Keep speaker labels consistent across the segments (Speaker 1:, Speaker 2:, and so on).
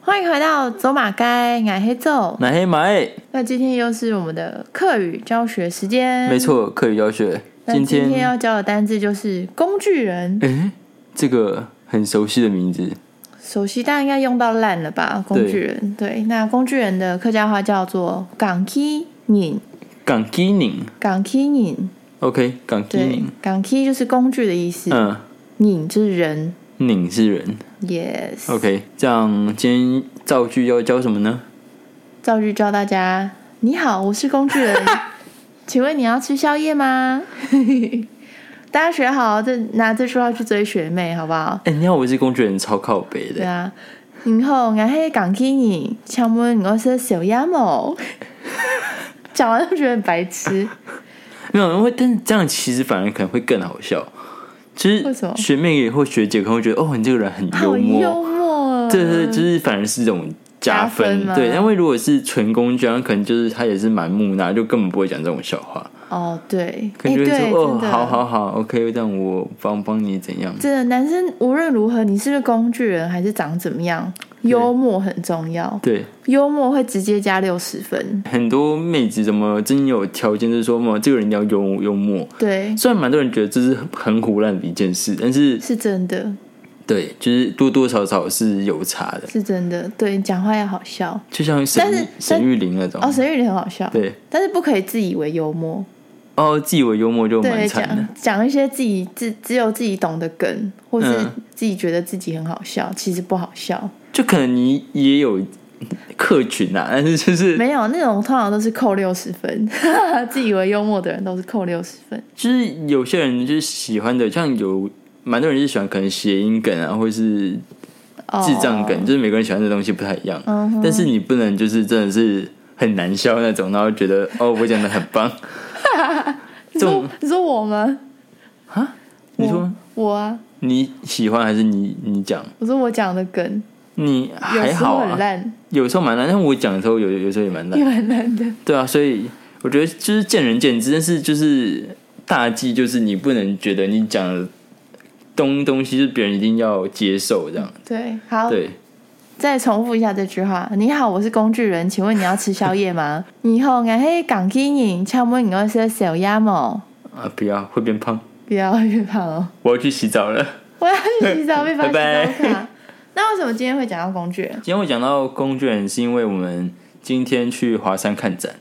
Speaker 1: 欢迎回到走马街矮黑奏。
Speaker 2: 奶黑马诶，
Speaker 1: 那今天又是我们的课语教学时间，
Speaker 2: 没。错，课语教学。
Speaker 1: 嗯那
Speaker 2: 今
Speaker 1: 今天
Speaker 2: 天嗯
Speaker 1: 要教的单字就是工具人，
Speaker 2: 诶，这个很熟悉的名字，
Speaker 1: 首悉大家应该用到烂了吧？工具人，对。那工具人的客家话叫做港 key 拧，
Speaker 2: 港基宁。
Speaker 1: 港 key 拧，
Speaker 2: OK，港基
Speaker 1: 对
Speaker 2: 宁。，
Speaker 1: 港 key 就是工具的意思，
Speaker 2: 嗯，
Speaker 1: 拧就是人。
Speaker 2: 宁是人。
Speaker 1: Yes，
Speaker 2: OK，这样今天造句要教什么呢？
Speaker 1: 造句教大家：你好，我是工具 人，请问你要吃宵夜吗？大家学好，这拿这句话去追学妹，好不好？
Speaker 2: 哎，你好，我是工具人，超靠北
Speaker 1: 对
Speaker 2: 的。
Speaker 1: 啊。然后哎俺还讲起你，请问我是小鸭 毛，讲完就觉得很白痴。
Speaker 2: 没有人会，但是这样其实反而可能会更好笑。就
Speaker 1: 为
Speaker 2: 是
Speaker 1: 什么
Speaker 2: 学妹或学姐可能会觉得，哦，你这个人很
Speaker 1: 好
Speaker 2: 幽默，啊
Speaker 1: 幽默，啊
Speaker 2: 对对，对就是反而是一种加
Speaker 1: 加分
Speaker 2: 分
Speaker 1: 吗。
Speaker 2: 对，因为如果是纯工具，然后可能就是他也是蛮木讷，就根本不会讲这种笑话。
Speaker 1: 哦对，
Speaker 2: 可
Speaker 1: 哎
Speaker 2: 能就
Speaker 1: 对，
Speaker 2: 会说、
Speaker 1: 真
Speaker 2: 哦，
Speaker 1: 的，
Speaker 2: 好好好，OK，让我帮帮你怎样？
Speaker 1: 真的，男生无论如何，你是不是工具人，还是长怎么样，幽默很重要，
Speaker 2: 对，
Speaker 1: 幽默会直接加六十分。
Speaker 2: 很多妹子怎么真有条件，就是说嘛，这个人一定要幽幽默。
Speaker 1: 对，
Speaker 2: 虽然蛮多人觉得这是很很胡乱的一件事，但是
Speaker 1: 是真的，
Speaker 2: 对，就是多多少少是有差的。
Speaker 1: 是真的。对，讲话要好笑。
Speaker 2: 就像沈
Speaker 1: 但是
Speaker 2: 玉沈玉玲那种，
Speaker 1: 哦，沈玉琳很好笑，
Speaker 2: 对，
Speaker 1: 但是不可以自以为幽默。
Speaker 2: 哦，自以为幽默就蛮
Speaker 1: 对，
Speaker 2: 惨的。
Speaker 1: 讲讲一些自己自只有自己懂的梗，或是
Speaker 2: 嗯
Speaker 1: 自己觉得自己很好笑，其实不好笑。
Speaker 2: 就可能你也有客群啊，但是就是
Speaker 1: 没有那种通常都是扣六十分， 自以为幽默的人都是扣六十分。
Speaker 2: 就是有些人就是喜欢的，像有蛮多人是喜欢可能谐音梗啊，或是
Speaker 1: 哦
Speaker 2: 智障梗，就是每个人喜欢的东西不太一样。
Speaker 1: 嗯哼
Speaker 2: 但是你不能就是真的是很难笑那种，然后 觉得哦我讲的很棒，
Speaker 1: 你
Speaker 2: 这
Speaker 1: 说
Speaker 2: 种
Speaker 1: 你说我吗？
Speaker 2: 你说
Speaker 1: 我啊，
Speaker 2: 你喜欢还是你你讲？
Speaker 1: 我说我讲的梗
Speaker 2: 你
Speaker 1: 有
Speaker 2: 还
Speaker 1: 时
Speaker 2: 好
Speaker 1: 候很
Speaker 2: 啊，
Speaker 1: 烂，嗯
Speaker 2: 有时候蛮烂，但我讲的时候有有时候也蛮烂
Speaker 1: 也，蛮烂的。
Speaker 2: 对啊，所以我觉得就是见仁见智，但是就是大忌就是你不能觉得你讲的东东西就是别人一定要接受这样，
Speaker 1: 对，好，
Speaker 2: 对，
Speaker 1: 再重复一下这句话：你好，我是工具人，请问你要吃宵夜吗？ 以后俺嘿港经营，敲门你会是小鸭毛，
Speaker 2: 啊不要会变胖，
Speaker 1: 不要越胖哦。
Speaker 2: 我要去洗澡了。
Speaker 1: 我要去洗澡，被发洗
Speaker 2: 拜
Speaker 1: 澡卡。那为什么今天会讲到工具人
Speaker 2: 今天我讲到工具人，是因为我们今天去华山看展，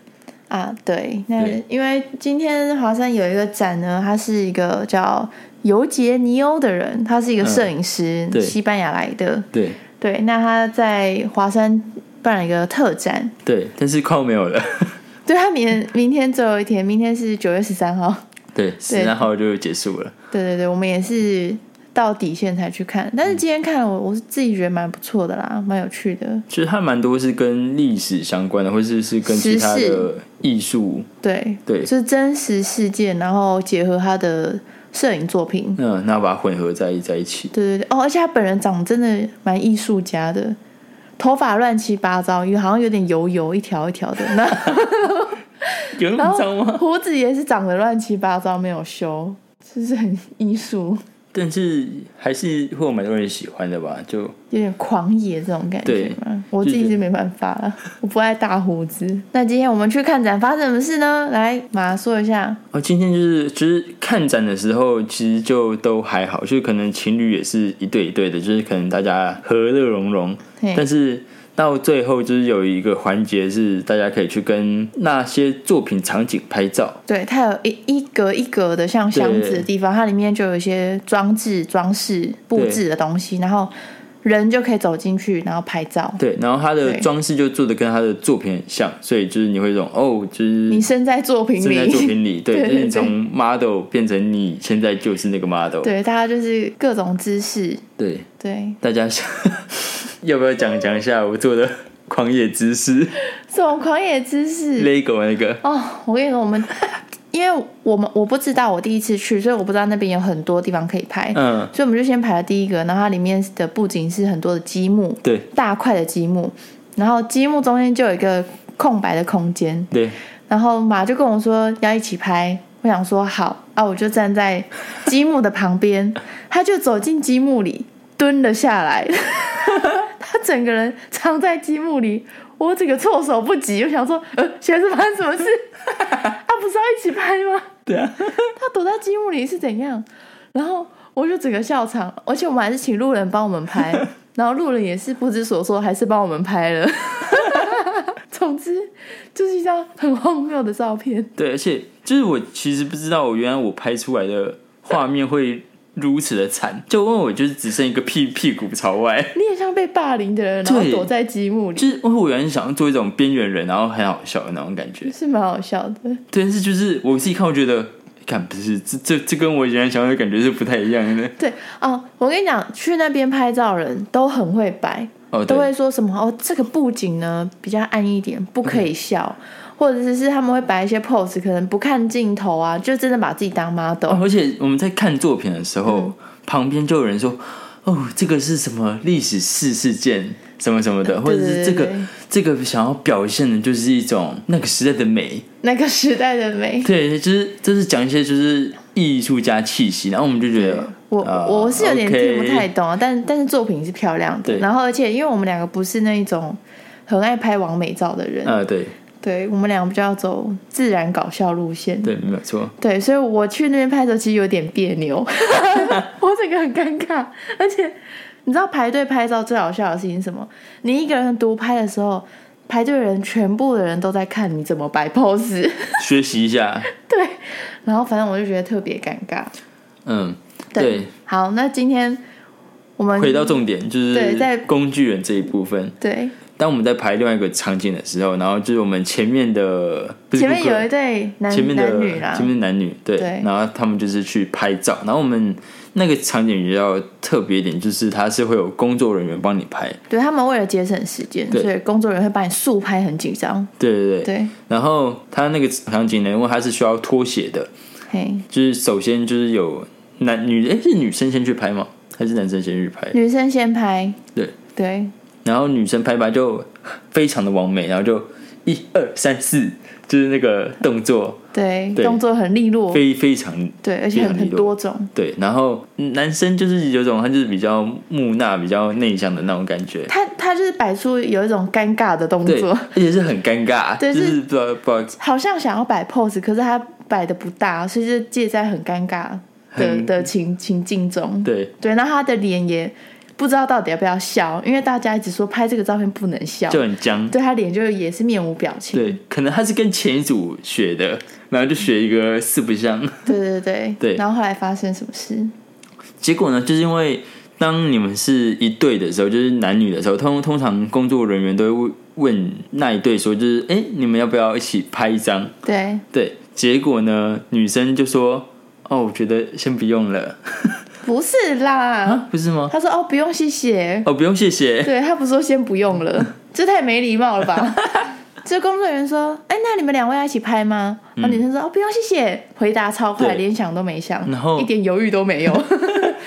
Speaker 1: 啊？对，那
Speaker 2: 对
Speaker 1: 因为今天华山有一个展呢，他是一个叫尤杰尼欧的人，他是一个摄影师，
Speaker 2: 嗯对
Speaker 1: 西班牙来的。
Speaker 2: 对
Speaker 1: 对，那他在华山办了一个特展。
Speaker 2: 对，但是快要没有了，
Speaker 1: 对他明明天最后一天，明天是九月十三号。
Speaker 2: 对， 十三号就结束了。
Speaker 1: 对对对，我们也是到底线才去看，但是今天看了我我是自己觉得蛮不错的啦，蛮有趣的。
Speaker 2: 其实它蛮多是跟历史相关的，或是是跟其他
Speaker 1: 时
Speaker 2: 的
Speaker 1: 事
Speaker 2: 艺术，
Speaker 1: 对，
Speaker 2: 对，
Speaker 1: 就是真实事件，然后结合他的摄影作品。
Speaker 2: 嗯，那把它混合在在一起。
Speaker 1: 对对对，哦，而且他本人长得真的蛮艺术家的，头发乱七八糟，因为好像有点油油一条一条的，那
Speaker 2: 有那
Speaker 1: 然
Speaker 2: 么脏
Speaker 1: 后
Speaker 2: 吗？
Speaker 1: 胡子也是长得乱七八糟，没有修，就是很艺术，
Speaker 2: 但是还是会有蛮多人喜欢的吧？就
Speaker 1: 有点狂野这种感觉
Speaker 2: 对
Speaker 1: 嘛。我自己
Speaker 2: 就是
Speaker 1: 是没办法了， 我不爱大胡子。 那今天我们去看展发生什么事呢？来，马上说一下。
Speaker 2: 哦，今天就是就是看展的时候，其实就都还好，就是可能情侣也是一对一对的，就是可能大家和乐融融。
Speaker 1: 嘿
Speaker 2: 但是到最后，就是有一个环节是大家可以去跟那些作品场景拍照。
Speaker 1: 对，它有一一格一格的像箱子的地方，它里面就有一些装置、装饰、布置的东西，然后人就可以走进去，然后拍照。
Speaker 2: 对，然后它的
Speaker 1: 对
Speaker 2: 装饰就做的跟它的作品很像，所以就是你会有一种哦，就是
Speaker 1: 你身在作品
Speaker 2: 正在作
Speaker 1: 里，
Speaker 2: 品里，对，
Speaker 1: 对
Speaker 2: 就是
Speaker 1: 对
Speaker 2: 你从 model 变成你现在就是 那个 model，
Speaker 1: 对，大家就是各种姿势，
Speaker 2: 对，
Speaker 1: 对，
Speaker 2: 大家想 要不要讲讲一下我做的 狂野姿势
Speaker 1: 这种狂野姿势。
Speaker 2: ？LEGO 那个，
Speaker 1: 哦，我跟你说，我们因为我们我不知道，我第一次去，所以我不知道那边有很多地方可以拍，
Speaker 2: 嗯，
Speaker 1: 所以我们就先排了第一个，然后它里面的布景是很多的积木，
Speaker 2: 对
Speaker 1: 大块的积木，然后积木中间就有一个空白的空间，
Speaker 2: 对，
Speaker 1: 然后马就跟我说要一起拍，我想说好啊，我就站在积木的旁边，他就走进积木里蹲了下来，他 他整个人藏在积木里，我整个措手不及，我想说，呃，现在是发生什么事？ 他不是要一起拍吗？
Speaker 2: 对啊，
Speaker 1: 他躲在积木里是怎样？然后我就整个笑场，而且我们还是请路人帮我们 拍，然后路人也是不知所措，还是帮我们拍了。 总之就是一张很荒谬的照片，
Speaker 2: 对，而且就是我其实不知道，我原来我拍出来的画面会如此的惨，就因为我就是只剩一个屁屁股朝外，
Speaker 1: 你也像被霸凌的人，然后
Speaker 2: 对
Speaker 1: 躲在积木里，
Speaker 2: 就是因为我原来想要做一种边缘人，然后很好笑的那种感觉。
Speaker 1: 是蛮好笑的。
Speaker 2: 但是就是我自己看，我觉得，看不是这这这跟我原来想要的感觉是不太一样的。
Speaker 1: 对哦，我跟你讲，去那边拍照的人都很会摆，
Speaker 2: 哦，
Speaker 1: 都
Speaker 2: 对，
Speaker 1: 会说什么哦，这个布景呢比较暗一点，不可以笑，或者是是他们会摆一些 pose，可能不看镜头啊，就真的把自己当 model。
Speaker 2: 哦而且我们在看作品的时候，
Speaker 1: 嗯
Speaker 2: 旁边就有人说：“哦，这个是什么历史事事件，什么什么的，或者是这
Speaker 1: 对对
Speaker 2: 个
Speaker 1: 对
Speaker 2: 这个想要表现的就是一种那个时代的美。
Speaker 1: 那个时代的美”。
Speaker 2: 对，就是就是讲一些就是艺术家气息，然后我们就觉得
Speaker 1: 我
Speaker 2: 呃
Speaker 1: 我是有点
Speaker 2: OK
Speaker 1: 听不太懂啊，但但是作品是漂亮的。
Speaker 2: 对
Speaker 1: 然后而且因为我们两个不是那一种很爱拍完美照的人，
Speaker 2: 呃，对
Speaker 1: 对我们两个比较走自然搞笑路线。
Speaker 2: 对，没有错。
Speaker 1: 对，所以我去那边拍的时候其实有点别 扭，我整个很尴尬，而且你知道排队拍照最好笑的事情是什么？你一个人独拍的时候，排队的人全部的人都在看你怎么摆 pose，
Speaker 2: 学习一下，
Speaker 1: 对，然后反正我就觉得特别尴尬。
Speaker 2: 嗯，
Speaker 1: 对，
Speaker 2: 对
Speaker 1: 好，那今天我们
Speaker 2: 回到重点，就
Speaker 1: 对在
Speaker 2: 是工具人这一部分。
Speaker 1: 对
Speaker 2: 当我们在排另外一个场景的时候，然后就是我们前面的不是
Speaker 1: 前面
Speaker 2: 顾客
Speaker 1: 有一对男
Speaker 2: 前面的
Speaker 1: 男女啦
Speaker 2: 前，面男女对，
Speaker 1: 对
Speaker 2: 然后他们就是去拍照，然后我们那个场景比较特别一点，就是它是会有工作人员帮你拍，
Speaker 1: 对他们为了节省时间，
Speaker 2: 对
Speaker 1: 所以工作人员会把你速拍很紧张，
Speaker 2: 对对对。
Speaker 1: 对，
Speaker 2: 然后他那个场景呢，因为它是需要脱鞋的，
Speaker 1: 嘿，
Speaker 2: 就是首先就是有男女诶是女生先去拍吗？还是男生先去拍？
Speaker 1: 女生先拍，
Speaker 2: 对
Speaker 1: 对，
Speaker 2: 然后女生拍拍就非常的完美，然后就一二三四，就是那个动作
Speaker 1: 对，
Speaker 2: 对
Speaker 1: 动作很利落，
Speaker 2: 非非常
Speaker 1: 对，而且很
Speaker 2: 非常
Speaker 1: 很
Speaker 2: 利落
Speaker 1: 多种，
Speaker 2: 对，然后男生就是有种他就是比较木讷、比较内向的那种感觉，
Speaker 1: 他他就是摆出有一种尴尬的动
Speaker 2: 对，
Speaker 1: 作，
Speaker 2: 而且是很尴 尬，
Speaker 1: 对
Speaker 2: 就是是不知道不知道，
Speaker 1: 好像想要摆 pose，可是他摆的不大，所以就介在很尴尬的
Speaker 2: 很
Speaker 1: 的情情境中。
Speaker 2: 对，
Speaker 1: 对，那他的脸也不知道到底要不要笑，因为大家一直说拍这个照片不能笑，
Speaker 2: 就很僵，
Speaker 1: 对他脸就也是面无表情。
Speaker 2: 对，可能他是跟前一组学的，然后就学一个四不像，
Speaker 1: 对对对
Speaker 2: 对
Speaker 1: 然后后来发生什么事？
Speaker 2: 结果呢，就是因为当你们是一对的时候，就是男女的时候，通通常工作人员都会问那一对说，就是哎，诶你们要不要一起拍一张？
Speaker 1: 对，
Speaker 2: 对，结果呢，女生就说，哦，我觉得先不用了
Speaker 1: 不是啦，
Speaker 2: 啊，不是吗？
Speaker 1: 他说哦不用谢谢，
Speaker 2: 哦，不用，谢谢。
Speaker 1: 对他不是说先不用 了，这太没礼貌了吧？这工作人员说：“哎，那你们两位要一起拍吗？”然后女生说：“哦，不用，谢谢。”回答超快，
Speaker 2: 嗯对
Speaker 1: 连想都没想，
Speaker 2: 然后
Speaker 1: 一点犹豫都没 有。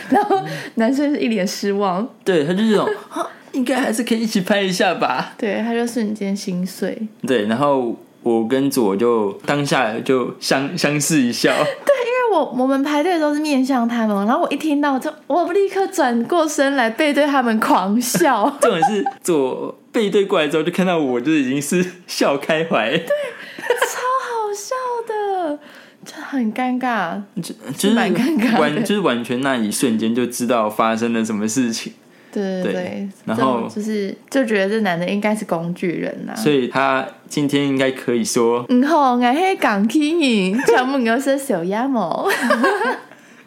Speaker 1: 然后男生是一脸失望，
Speaker 2: 对他就是这种，啊应该还是可以一起拍一下吧。
Speaker 1: 对，他就瞬间心碎。
Speaker 2: 对，然后我跟左就当下就相 相视一笑，。
Speaker 1: 因为我我们排队的时候是面向他们，然后我一听到就我立刻转过身来背对他们狂笑
Speaker 2: 重点是左背对过来之后，就看到我就已经是笑开怀，
Speaker 1: 好笑的，就很尴尬。
Speaker 2: 就就是
Speaker 1: 蛮尴尬的
Speaker 2: 完就是完全那一瞬间就知道发生了什么事情，
Speaker 1: 对对
Speaker 2: 对
Speaker 1: 对，
Speaker 2: 然
Speaker 1: 这种
Speaker 2: 后
Speaker 1: 就是就觉得这男的应该是工具人呐、啊。
Speaker 2: 所以他今天应该可以说，
Speaker 1: 嗯吼，我是港青人，全部都是小鸭毛，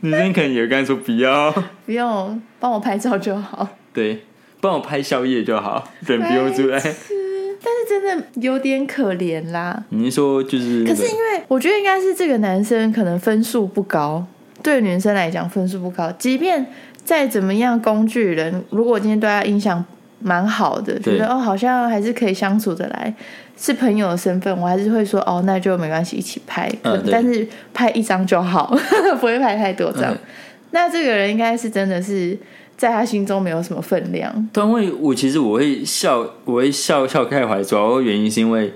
Speaker 2: 女生可能也刚才说不要，
Speaker 1: 不用帮我拍照就好。
Speaker 2: 对，帮我拍宵夜就好，人不用出来。
Speaker 1: 但哎是真的有点可怜啦。
Speaker 2: 你是说就是、那
Speaker 1: 可
Speaker 2: 个，
Speaker 1: 是因为我觉得应该是这个男生可能分数不高，对女生来讲分数不高，即便再怎么样工具人，如果今天对他印象蛮好的，觉
Speaker 2: 对
Speaker 1: 得哦好像还是可以相处的来，是朋友的身份，我还是会说哦那就没关系一起拍，可
Speaker 2: 嗯对
Speaker 1: 但是拍一张就好， 不会拍太多张。
Speaker 2: 嗯
Speaker 1: 那这个人应该是真的是在他心中没有什么分量，
Speaker 2: 但因为我其实我会笑，我会笑笑开怀，主要原因是因为，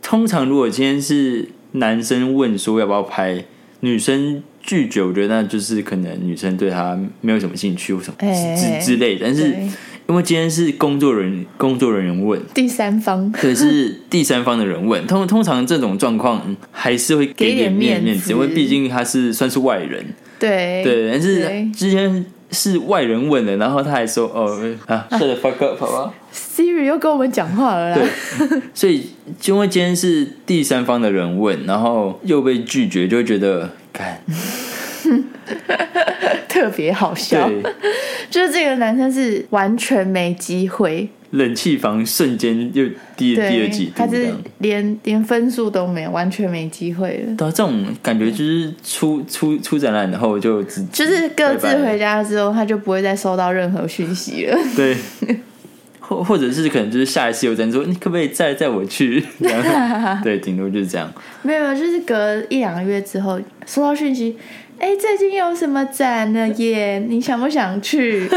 Speaker 2: 通常如果今天是男生问说要不要拍，女生拒绝，我觉得那就是可能女生对他没有什么兴趣或什么
Speaker 1: 哎
Speaker 2: 之之类的。但是
Speaker 1: 对
Speaker 2: 因为今天是工作人工作人员问，
Speaker 1: 第三方
Speaker 2: 对，是第三方的人问。通通常这种状况嗯还是会
Speaker 1: 给
Speaker 2: 给点
Speaker 1: 点
Speaker 2: 面
Speaker 1: 面
Speaker 2: 面
Speaker 1: 子
Speaker 2: 子，因为毕竟他是算是外人，
Speaker 1: 对
Speaker 2: 对。
Speaker 1: 对
Speaker 2: 但是之前是外人问的，然后他还说哦 啊，shut the fuck up，好吧？
Speaker 1: Siri 又跟我们讲话了啦，
Speaker 2: 对，所以就因为今天是第三方的人问，然后又被拒绝，就会觉得 干
Speaker 1: 特别好笑。
Speaker 2: 对，
Speaker 1: 就是这个男生是完全没机会，
Speaker 2: 冷气房瞬间又低了低了
Speaker 1: 对
Speaker 2: 几，度
Speaker 1: 他
Speaker 2: 这
Speaker 1: 是
Speaker 2: 样。
Speaker 1: 连连分数都没有，完全没机会了。
Speaker 2: 对啊，这种感觉就是出出出展览后就只
Speaker 1: 就是各自
Speaker 2: 拜拜
Speaker 1: 回家之后，他就不会再收到任何讯息了。
Speaker 2: 对， 或或者是可能就是下一次有人说你可不可以再带我去？ 然后对，顶多就是这样。
Speaker 1: 没有，没有，就是隔一两个月之后收到讯息，哎、最近有什么展了耶？你想不想 去？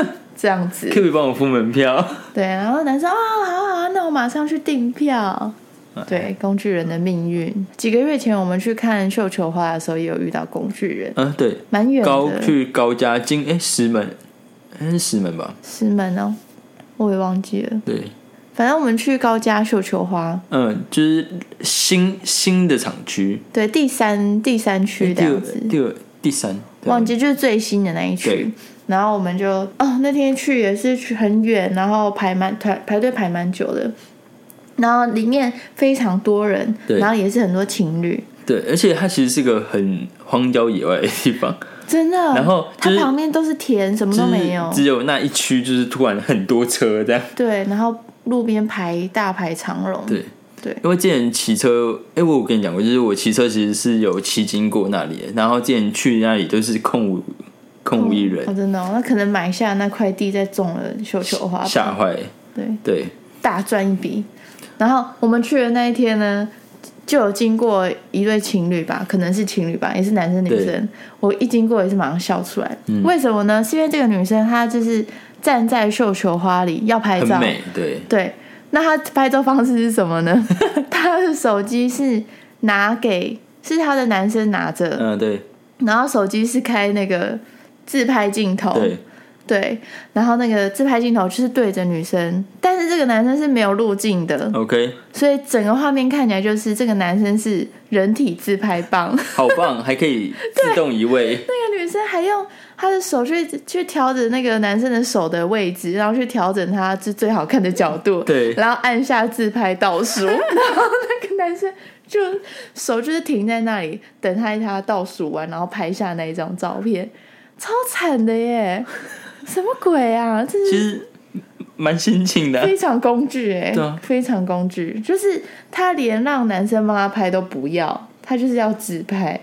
Speaker 1: 这样子
Speaker 2: 可，不可以帮我付门票？
Speaker 1: 对，然后男生啊、哦，好啊好啊，那我马上去订票。
Speaker 2: 哎
Speaker 1: 对，工具人的命运。几个月前我们去看绣球花的时候，也有遇到工具人，
Speaker 2: 嗯，对，
Speaker 1: 蛮远
Speaker 2: 高
Speaker 1: 的，
Speaker 2: 去高家金哎石门，哎是石门吧？
Speaker 1: 石门哦，我也忘记了。
Speaker 2: 对，
Speaker 1: 反正我们去高家绣球花，
Speaker 2: 嗯，就是新新的厂区，
Speaker 1: 对，第三第三区
Speaker 2: 第
Speaker 1: 这
Speaker 2: 二
Speaker 1: 样子。
Speaker 2: 第二第三，对
Speaker 1: 忘记就是最新的那一区
Speaker 2: 对。
Speaker 1: 然后我们就哦，那天去也是去很远，然后排蛮排排队排蛮久的，然后里面非常多人，
Speaker 2: 对
Speaker 1: 然后也是很多情侣，
Speaker 2: 对，而且它其实是个很荒郊野外的地方，
Speaker 1: 真的。
Speaker 2: 然后
Speaker 1: 它
Speaker 2: 就是
Speaker 1: 旁边都是田，什么都没有
Speaker 2: 就是。只有那一区就是突然很多车这样。
Speaker 1: 对，然后路边排大排长龙。
Speaker 2: 对
Speaker 1: 对
Speaker 2: 因为之前骑车，哎、我有跟你讲过，就是我骑车其实是有骑经过那里的，然后之前去那里都是空无空无一人，
Speaker 1: 哦，真的、哦，那可能买下那块地再种了绣球花吧，
Speaker 2: 吓坏、
Speaker 1: 对，
Speaker 2: 对，
Speaker 1: 大赚一笔。然后我们去的那一天呢，就有经过一对情侣吧，可能是情侣吧，也是男生女
Speaker 2: 对嗯
Speaker 1: 生。我一经过也是马上笑出来，为什么呢？是因为这个女生她就是站在绣球花里要拍
Speaker 2: 很
Speaker 1: 照，
Speaker 2: 美，对，
Speaker 1: 对。那她拍照方式是什么 呢？她的手机是拿给是她的男生拿着，
Speaker 2: 嗯、对
Speaker 1: 然后手机是开那个自拍镜头，
Speaker 2: 对，
Speaker 1: 对，然后那个自拍镜头就是对着女生，但是这个男生是没有路径的，
Speaker 2: ，OK，
Speaker 1: 所以整个画面看起来就是这个男生是人体自拍棒，
Speaker 2: 好棒，还可以自动移 位，
Speaker 1: 那个女生还用她的手去去调整那个男生的手的位置，然后去调整他是最好看的角度，
Speaker 2: 对
Speaker 1: 然后按下自拍倒数，然后那个男生就手就是停在那里等他他倒数完，然后拍下那一张照片，超惨的耶，什么鬼啊？这是
Speaker 2: 其实蛮先进的 啊、
Speaker 1: 非常工具哎、
Speaker 2: 对啊
Speaker 1: 非常工具，就是他连让男生帮他拍都不要，他就是要自拍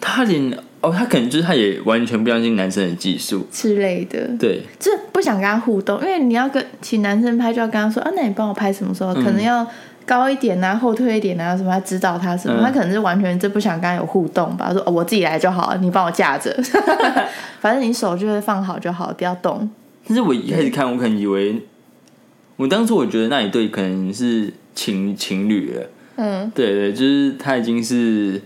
Speaker 2: 他连哦，他可能就是他也完全不相信男生的技术，
Speaker 1: 之类的，
Speaker 2: 对，
Speaker 1: 就是不想跟他互动，因为你要跟请男生拍，就要跟他说啊，那你帮我拍什么时
Speaker 2: 嗯
Speaker 1: 候？可能要高一点啊，后退一点啊，什么要指导他什么，
Speaker 2: 嗯
Speaker 1: 他可能是完全就不想跟他有互动吧，说、哦、我自己来就好，你帮我架 着，反正你手就是放好就好，不要动。
Speaker 2: 但是我一开始看，我可能以为，我当初我觉得那一对可能是情情侣了。
Speaker 1: 嗯，
Speaker 2: 对对，就是他已经是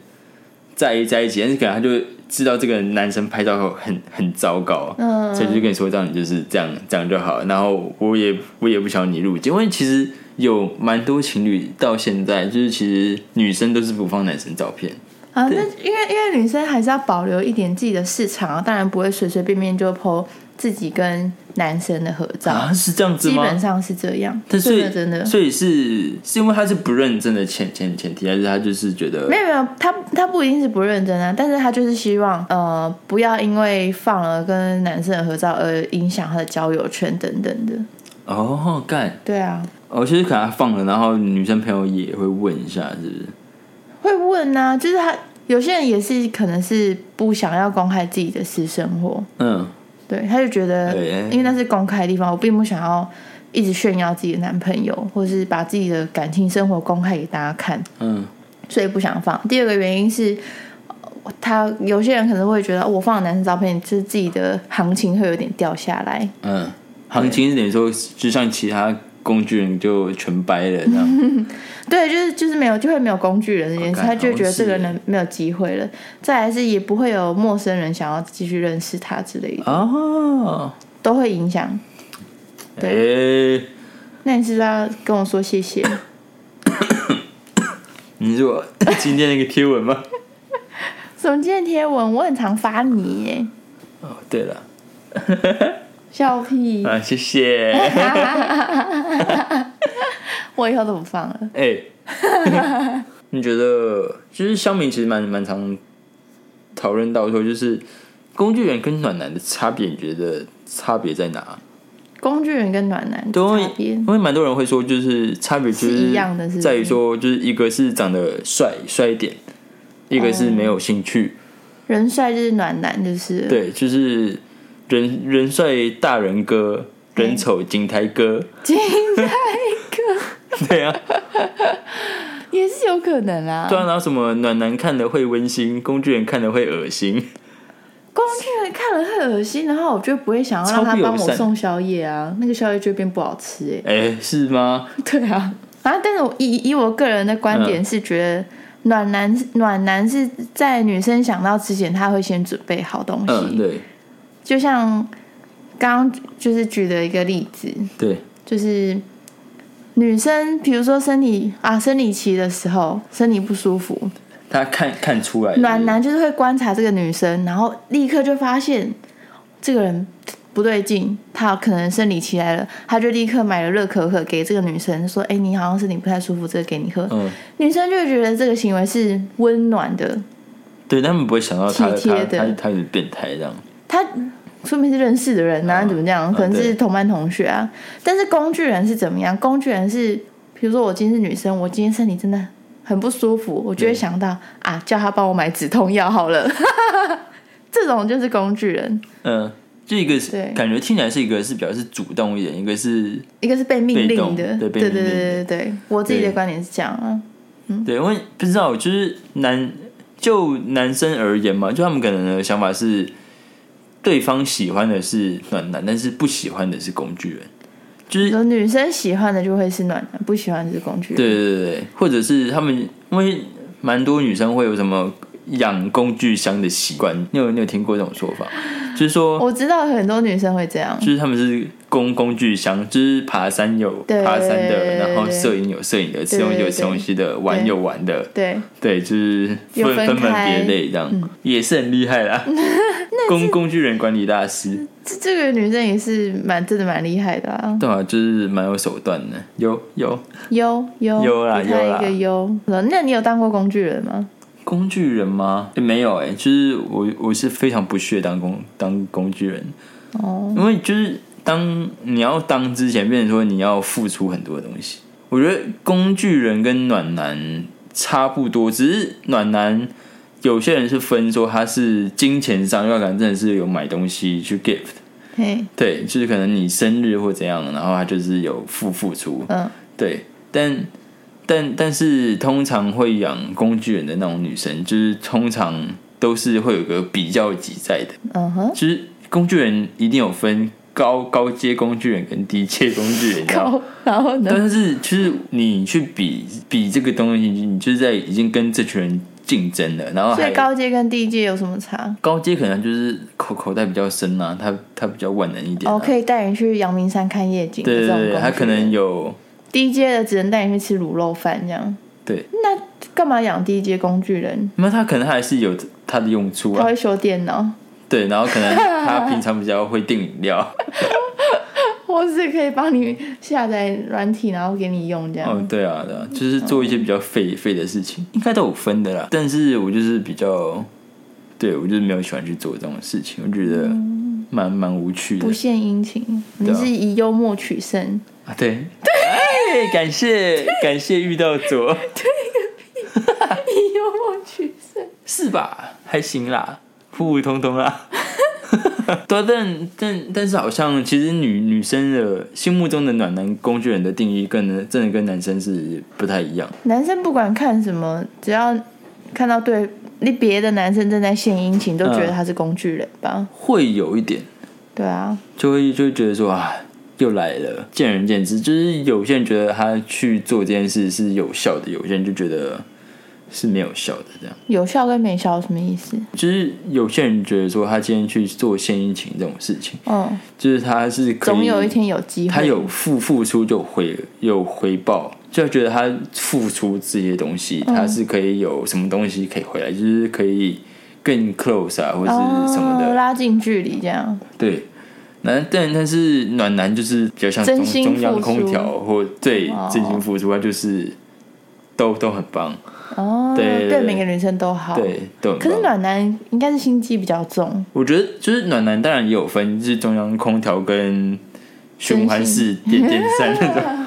Speaker 2: 在意在一起，但是可能他就知道这个男生拍照后很很糟糕，
Speaker 1: 嗯
Speaker 2: 所以就跟你说，这样你就是这样这样就好。然后我也我也不想你入境，因为其实有蛮多情侣到现在，就是其实女生都是不放男生照片，
Speaker 1: 啊，那因为因为女生还是要保留一点自己的市场啊，当然不会随随便便就 po 自己跟男生的合照，
Speaker 2: 啊，是这样子
Speaker 1: 基本
Speaker 2: 吗？
Speaker 1: 上是这样。
Speaker 2: 但所
Speaker 1: 真
Speaker 2: 以
Speaker 1: 的真的
Speaker 2: 所以是是因为他是不认真的前前前提，还是他就是觉得
Speaker 1: 没有没有，他他不一定是不认真啊，但是他就是希望呃不要因为放了跟男生的合照而影响他的交友圈等等的。
Speaker 2: 哦干
Speaker 1: 对啊，
Speaker 2: 哦，其实可能他放了，然后女生朋友也会问一下，是不是？
Speaker 1: 会问啊，就是他有些人也是可能是不想要公开自己的私生活，
Speaker 2: 嗯。
Speaker 1: 对，他就觉得
Speaker 2: 对哎
Speaker 1: 因为那是公开的地方，我并不想要一直炫耀自己的男朋友，或是把自己的感情生活公开给大家看，
Speaker 2: 嗯
Speaker 1: 所以不想放。第二个原因是，呃他有些人可能会觉得，哦我放了男生照片，就是自己的行情会有点掉下来。
Speaker 2: 嗯，行情是等于说，就像其他工具人就全掰了 这样。
Speaker 1: 对，就是就是没有，就会没有工具人这件事，
Speaker 2: 好感
Speaker 1: 他就会觉得
Speaker 2: 好像
Speaker 1: 这个
Speaker 2: 是
Speaker 1: 人没有机会了。再来是，也不会有陌生人想要继续认识他之类的，
Speaker 2: 哦，
Speaker 1: 都会影响。
Speaker 2: 哎、
Speaker 1: 那你是不是要跟我说谢 谢？
Speaker 2: 你是我今天那个贴 文吗？
Speaker 1: 什么今天贴文，我很常发你耶，
Speaker 2: 哦，对了，
Speaker 1: 笑屁！
Speaker 2: 啊，谢谢。
Speaker 1: 我以后都不放啊了。
Speaker 2: 哎、 你觉得就是乡民其实蛮蛮常讨论到说，就是工具人跟暖男的差别，你觉得差别在哪？
Speaker 1: 工具人跟暖男的
Speaker 2: 对，因为
Speaker 1: 差别
Speaker 2: 因为蛮多人会说，就是差别就是
Speaker 1: 一样的是不是
Speaker 2: 在于说，就是一个是长得帅帅一点，一个是没有兴趣，
Speaker 1: 人帅就是暖男，就是
Speaker 2: 对，就是人人帅大人哥，人丑金台 哥，
Speaker 1: 金泰哥
Speaker 2: 对啊，
Speaker 1: 也是有可能啊。
Speaker 2: 对啊，然后什么暖男看了会温馨，工具人看了会恶心。
Speaker 1: 工具人看了会恶心，然后我就不会想要让他
Speaker 2: 超不友
Speaker 1: 帮我
Speaker 2: 善
Speaker 1: 送宵夜啊，那个宵夜就会变不好吃哎、
Speaker 2: 哎、是吗？
Speaker 1: 对啊，啊，但是我以以我个人的观点是觉得。暖男暖男是在女生想到之前，他会先准备好东西。
Speaker 2: 嗯，对
Speaker 1: 就像刚刚就是举的一个例子，
Speaker 2: 对，
Speaker 1: 就是女生，比如说生理啊生理期的时候，身体不舒服，
Speaker 2: 他看看出来
Speaker 1: 暖男就是会观察这个女生，然后立刻就发现这个人不对劲，她可能生理期来了，他就立刻买了热可可给这个女生，说：“哎、你好像身体不太舒服，这个给你喝。
Speaker 2: 嗯，
Speaker 1: 女生就会觉得这个行为是温暖的，
Speaker 2: 对他们不会想到他
Speaker 1: 体贴
Speaker 2: 他
Speaker 1: 的
Speaker 2: 他他有点变态这样，
Speaker 1: 他说明是认识的人呐、啊
Speaker 2: 嗯
Speaker 1: 怎么这样？可能
Speaker 2: 对
Speaker 1: 是同班同学啊。但是工具人是怎么样？工具人是，比如说我今天是女生，我今天身体真的很不舒服，我就会想到
Speaker 2: 嗯
Speaker 1: 啊，叫他帮我买止痛药好了。 这种就是工具人，
Speaker 2: 嗯，就一个是
Speaker 1: 对
Speaker 2: 感觉听起来是一个是比较是主动一点，一个是
Speaker 1: 一个是被命
Speaker 2: 被
Speaker 1: 令
Speaker 2: 动
Speaker 1: 的，
Speaker 2: 对被
Speaker 1: 对对
Speaker 2: 命令
Speaker 1: 对
Speaker 2: 的
Speaker 1: 对对，我自己的
Speaker 2: 对
Speaker 1: 观点是这样啊。
Speaker 2: 对，因为不知道就是男就男生而言嘛，就他们可能的想法是，对方喜欢的是暖男，但是不喜欢的是工具人，就是
Speaker 1: 有女生喜欢的就会是暖男，不喜欢的是工具人。
Speaker 2: 对对对对，或者是他们因为蛮多女生会有什么养工具箱的习惯，你有你有听过这种说法？就是说，
Speaker 1: 我知道很多女生会这样，
Speaker 2: 就是他们是工工具箱，就是爬山有
Speaker 1: 对
Speaker 2: 爬山的，然后
Speaker 1: 对
Speaker 2: 摄影有摄影的，吃
Speaker 1: 对
Speaker 2: 东西有
Speaker 1: 对
Speaker 2: 吃东西的，玩有玩的，
Speaker 1: 对，
Speaker 2: 对，就是
Speaker 1: 有
Speaker 2: 分
Speaker 1: 分
Speaker 2: 分门
Speaker 1: 开嗯
Speaker 2: 别类这样，也是很厉害 啦。工工具人管理大师，
Speaker 1: 这这个女生也是蛮真的蛮厉害的啊。
Speaker 2: 对啊，就是蛮有手段的，有有
Speaker 1: 优优
Speaker 2: 优啦
Speaker 1: 比他
Speaker 2: 优啦
Speaker 1: 一个优。那你有当过工具人吗？
Speaker 2: 工具人吗？诶没有哎、就是我我是非常不屑当工当工具人，
Speaker 1: 哦，
Speaker 2: 因为就是当你要当之前，变成说你要付出很多东西。我觉得工具人跟暖男差不多，只是暖男有些人是分说他是金钱上，要感真的是有买东西去 gift，
Speaker 1: 嘿，
Speaker 2: 对，就是可能你生日或怎样，然后他就是有付付出，
Speaker 1: 嗯，
Speaker 2: 对，但但但是通常会养工具人的那种女生，就是通常都是会有个比较级在的，
Speaker 1: 嗯哼，
Speaker 2: 就是工具人一定有分高高阶工具人跟低阶工具人，你知道吗
Speaker 1: 高，然后呢？
Speaker 2: 但是就是你去比比这个东西，你就是在已经跟这群人竞争了，然后
Speaker 1: 所
Speaker 2: 还
Speaker 1: 以高阶跟低阶有什么差？
Speaker 2: 高阶可能就是口口袋比较深啊，他他比较万能一点、啊。
Speaker 1: 哦，可以带你去阳明山看夜景的这
Speaker 2: 对对
Speaker 1: 种工具
Speaker 2: 对，
Speaker 1: 人。
Speaker 2: 他可能有
Speaker 1: 低阶的只能带你去吃卤肉饭这样。
Speaker 2: 对，
Speaker 1: 那干嘛养低阶工具人？
Speaker 2: 那他可能还是有他的用处
Speaker 1: 他
Speaker 2: 啊。
Speaker 1: 会修电脑，
Speaker 2: 对，然后可能他平常比较会订饮 料。
Speaker 1: 或是可以帮你下载软体，然后给你用这样。
Speaker 2: 哦，对啊，对啊，就是做一些比较费费的事情，应该都有分的啦。但是我就是比较，对我就是没有喜欢去做这种事情，我觉得蛮蛮无趣
Speaker 1: 嗯
Speaker 2: 的
Speaker 1: 不献殷勤，
Speaker 2: 对
Speaker 1: 你
Speaker 2: 啊
Speaker 1: 是以幽默取胜。
Speaker 2: 啊。对对，感谢感谢遇到左，
Speaker 1: 以幽默取胜。
Speaker 2: 是吧？还行啦，普普通通啦。 对啊，但但但是好像其实女女生的心目中的暖男工具人的定义跟，跟真的跟男生是不太一样。
Speaker 1: 男生不管看什么，只要看到对那别的男生正在献殷勤，都觉得他是工具人吧？
Speaker 2: 嗯会有一点，
Speaker 1: 对啊，
Speaker 2: 就会就会觉得说啊，又来了，见仁见智。就是有些人觉得他去做这件事是有效的，有些人就觉得是没有效的。这样，
Speaker 1: 有效跟没效什么意思？
Speaker 2: 就是有些人觉得说他今天去做献殷勤这种事情，
Speaker 1: 嗯，
Speaker 2: 就是他是可以
Speaker 1: 总有一天有机会。
Speaker 2: 他有付付出就回有回报，就觉得他付出这些东西，
Speaker 1: 嗯
Speaker 2: 他是可以有什么东西可以回来，就是可以更 close 啊，或者是什么的。
Speaker 1: 哦、拉近距离这样。
Speaker 2: 对，男但但是暖男就是比较像
Speaker 1: 真
Speaker 2: 中
Speaker 1: 心
Speaker 2: 中央
Speaker 1: 付
Speaker 2: 空
Speaker 1: 出
Speaker 2: 调或对
Speaker 1: 哦
Speaker 2: 真心付出，他就是都都很棒，
Speaker 1: 哦，
Speaker 2: 对对对
Speaker 1: 每个女生都好。，
Speaker 2: 对，都
Speaker 1: 哦
Speaker 2: 很棒。
Speaker 1: 可是暖男应该是心机比较重，
Speaker 2: 我觉得就是暖男当然也有分，就是中央空调跟循环式电电扇那 种，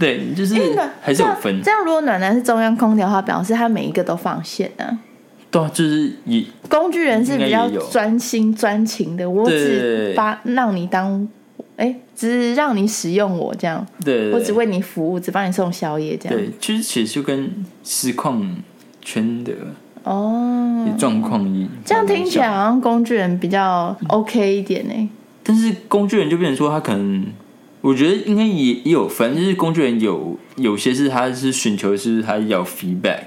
Speaker 2: 对，就是
Speaker 1: 因为暖
Speaker 2: 还是有
Speaker 1: 这
Speaker 2: 分
Speaker 1: 样。这样如果暖男是中央空调的话，表示他每一个都放线啊。
Speaker 2: 对啊，就是也
Speaker 1: 工具人是比较
Speaker 2: 应该也有
Speaker 1: 专心专情的，我
Speaker 2: 对对
Speaker 1: 只
Speaker 2: 对
Speaker 1: 把让你当，哎，只让你使用我这样，
Speaker 2: 对，
Speaker 1: 我只为你服务，只帮你送宵夜这样。
Speaker 2: 对，其实其实就跟实况圈的
Speaker 1: 哦，
Speaker 2: 状况一
Speaker 1: 这样听起来好像工具人比较
Speaker 2: 嗯
Speaker 1: OK 一点呢。
Speaker 2: 但是工具人就变成说他可能，我觉得应该也也有分，就是工具人有有些是他是寻求是他要 feedback，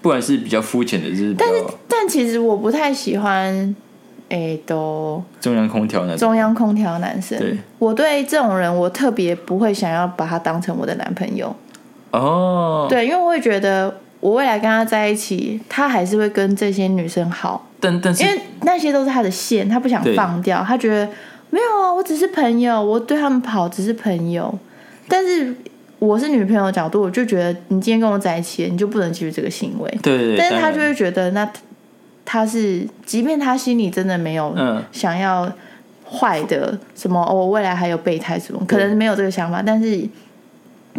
Speaker 2: 不管是比较肤浅的，就是比较
Speaker 1: 但其实我不太喜欢，哎，都
Speaker 2: 中央空调那种，
Speaker 1: 中央空调男生。
Speaker 2: 对
Speaker 1: 我对这种人，我特别不会想要把他当成我的男朋友。
Speaker 2: 哦，
Speaker 1: 对，因为我会觉得我未来跟他在一起，他还是会跟这些女生好，
Speaker 2: 但但是
Speaker 1: 因为那些都是他的线，他不想
Speaker 2: 对
Speaker 1: 放掉。他觉得没有啊，我只是朋友，我对他们好只是朋友。但是我是女朋友的角度，我就觉得你今天跟我在一起了，你就不能继续这个行为。
Speaker 2: 对对，对
Speaker 1: 但是
Speaker 2: 当
Speaker 1: 他
Speaker 2: 然
Speaker 1: 就会觉得，那他他是，即便他心里真的没有
Speaker 2: 嗯
Speaker 1: 想要坏的什么，哦，我未来还有备胎什么，可能没有这个想法，但是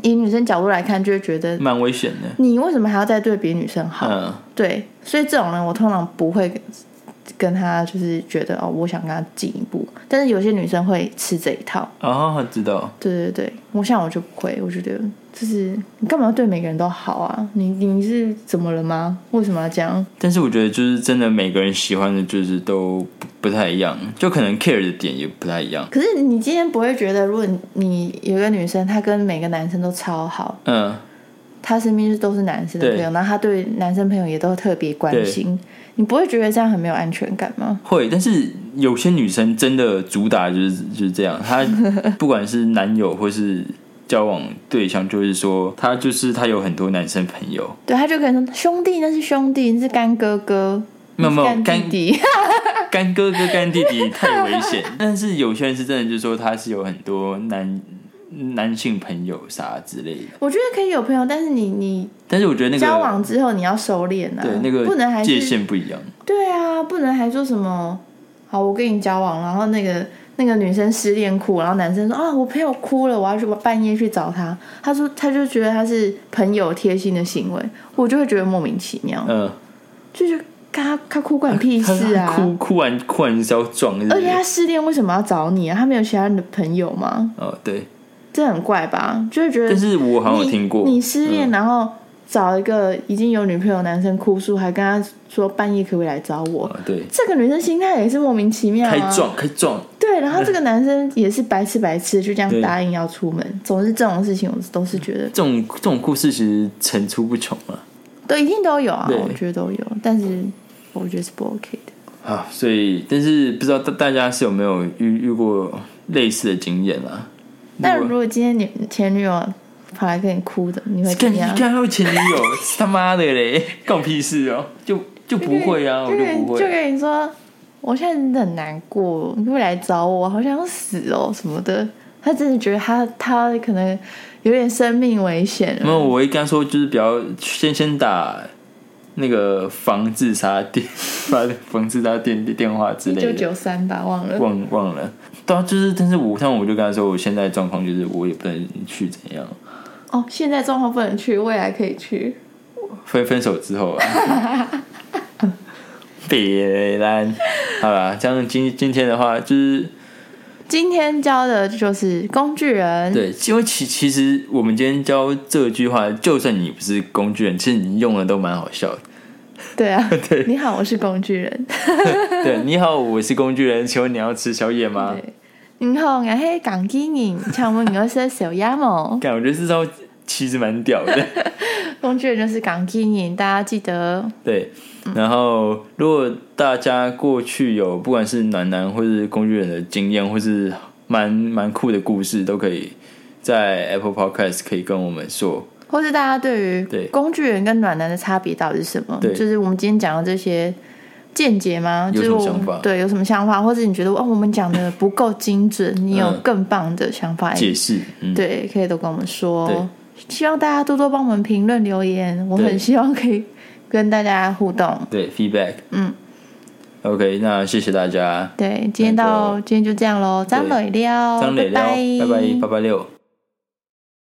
Speaker 1: 以女生角度来看，就会觉得
Speaker 2: 蛮危险的，
Speaker 1: 你为什么还要再对别的女生好？
Speaker 2: 嗯，
Speaker 1: 对，所以这种人我通常不会跟跟他就是觉得哦，我想跟他进一步，但是有些女生会吃这一套。
Speaker 2: 哦，知道，
Speaker 1: 对对对，我像我就不会，我觉得就是你干嘛要对每个人都好啊？你你是怎么了吗？为什么要这样？
Speaker 2: 但是我觉得就是真的每个人喜欢的就是都不不太一样，就可能 care 的点也不太一样，
Speaker 1: 可是你今天不会觉得，如果你你有一个女生，她跟每个男生都超好，
Speaker 2: 嗯，
Speaker 1: 她身边就都是男生的
Speaker 2: 对
Speaker 1: 朋友，然后她对男生朋友也都特别关心，你不会觉得这样很没有安全感吗？
Speaker 2: 会，但是有些女生真的主打就是就是这 样，她不管是男友或是交往对象，就是说她就是她有很多男生朋友，
Speaker 1: 对，她就可能说兄弟那是兄弟，那是干哥哥，
Speaker 2: 没有没有
Speaker 1: 那是干
Speaker 2: 干
Speaker 1: 弟弟，
Speaker 2: 干哥哥干弟弟太危险，但是有些人是真的就是说她是有很多男男性朋友啥之类的，
Speaker 1: 我觉得可以有朋友，但是你你
Speaker 2: 但是我觉得那个
Speaker 1: 交往之后你要收敛啊，
Speaker 2: 对那个
Speaker 1: 不能还
Speaker 2: 界
Speaker 1: 是
Speaker 2: 限不一样，
Speaker 1: 对啊，不能还说什么好我跟你交往，然后那个那个女生失恋哭，然后男生说啊我朋友哭了，我要去半夜去找他，他说他就觉得他是朋友贴心的行为，我就会觉得莫名其妙，
Speaker 2: 嗯、
Speaker 1: 就是他他哭关你屁事
Speaker 2: 她哭
Speaker 1: 啊，
Speaker 2: 哭完哭完是要撞是不
Speaker 1: 而
Speaker 2: 是
Speaker 1: 且他失恋为什么要找你啊？他没有其他人的朋友吗？
Speaker 2: 哦对，
Speaker 1: 这很怪吧？就会觉得
Speaker 2: 但是我好像有听过嗯
Speaker 1: 你你失恋，然后找一个已经有女朋友的男生哭诉，还跟他说半夜可不可以来找我？
Speaker 2: 哦对，
Speaker 1: 这个女生心态也是莫名其妙
Speaker 2: 开
Speaker 1: 啊。
Speaker 2: 撞开撞。
Speaker 1: 对，然后这个男生也是白痴白痴，就这样答应要出门。总之这种事情，我都是觉得
Speaker 2: 这种这种故事其实层出不穷啊
Speaker 1: 都一定都有啊，
Speaker 2: 对
Speaker 1: 我觉得都有，但是我觉得是不 OK 的。
Speaker 2: 啊，所以但是不知道大大家是有没有遇遇过类似的经验啊？
Speaker 1: 那
Speaker 2: 如
Speaker 1: 如
Speaker 2: 果
Speaker 1: 果今天你前女友跑来跟你哭的，你会怎
Speaker 2: 干
Speaker 1: 么
Speaker 2: 你
Speaker 1: 样？
Speaker 2: 干到前女友， 他妈的嘞，关我屁事哦，就就不会啊，我
Speaker 1: 就
Speaker 2: 就
Speaker 1: 跟
Speaker 2: 不
Speaker 1: 就
Speaker 2: 会。
Speaker 1: 跟你说，我现在真的很难过，你会来找我，好想死哦什么的。他真的觉得他他可能有点生命危险
Speaker 2: 那
Speaker 1: 了。
Speaker 2: 我会跟他说，就是比较先先打那个防自杀电， 把防自杀电电话之
Speaker 1: 一九
Speaker 2: 类的，
Speaker 1: 九三吧，忘了。
Speaker 2: 忘忘了。对啊，就是，但是我像我就跟他说，我现在状况就是我也不能去怎样，啊
Speaker 1: 哦，现在状况不能去，未来可以去。
Speaker 2: 分 分手之后啊。 别啦，好啦，这样今今天的话就是
Speaker 1: 今天教的就是工具人，
Speaker 2: 对，因为其其实我们今天教这句话，就算你不是工具人，其实你用的都蛮好笑的。
Speaker 1: 对啊， 你好，我是工具人。
Speaker 2: 对，你好，我是工具人，请问你要吃宵夜吗？
Speaker 1: 对，你好，我是啊港基人，请问我是小鸭毛。
Speaker 2: 感我觉得这招其实蛮屌的。
Speaker 1: 工具人就是港 k i 大家记得
Speaker 2: 对，然后如果大家过去有不管是暖男或是工具人的经验，或是蛮蛮酷的故事，都可以在 Apple Podcast 可以跟我们说。
Speaker 1: 或是大家对
Speaker 2: 对
Speaker 1: 于工具人跟暖男的差别到底是什么？
Speaker 2: 对
Speaker 1: 就是我们今天讲的这些见解吗？就
Speaker 2: 有什
Speaker 1: 是
Speaker 2: 么
Speaker 1: 我
Speaker 2: 想
Speaker 1: 们
Speaker 2: 法
Speaker 1: 对有什么想法，或是你觉得哦我们讲的不够精 准，你有更棒的想法，
Speaker 2: 解释，嗯，
Speaker 1: 对，可以都跟我们
Speaker 2: 对
Speaker 1: 说。希望大家多多帮我们评论留言，我很
Speaker 2: 对
Speaker 1: 希望可以跟大家互动。
Speaker 2: 对，feedback，
Speaker 1: 嗯
Speaker 2: ，OK，那谢谢大家，
Speaker 1: 对，今天
Speaker 2: 那就
Speaker 1: 到今天就这样喽，张磊料，
Speaker 2: 张磊
Speaker 1: 拜
Speaker 2: 聊，拜拜，八八六。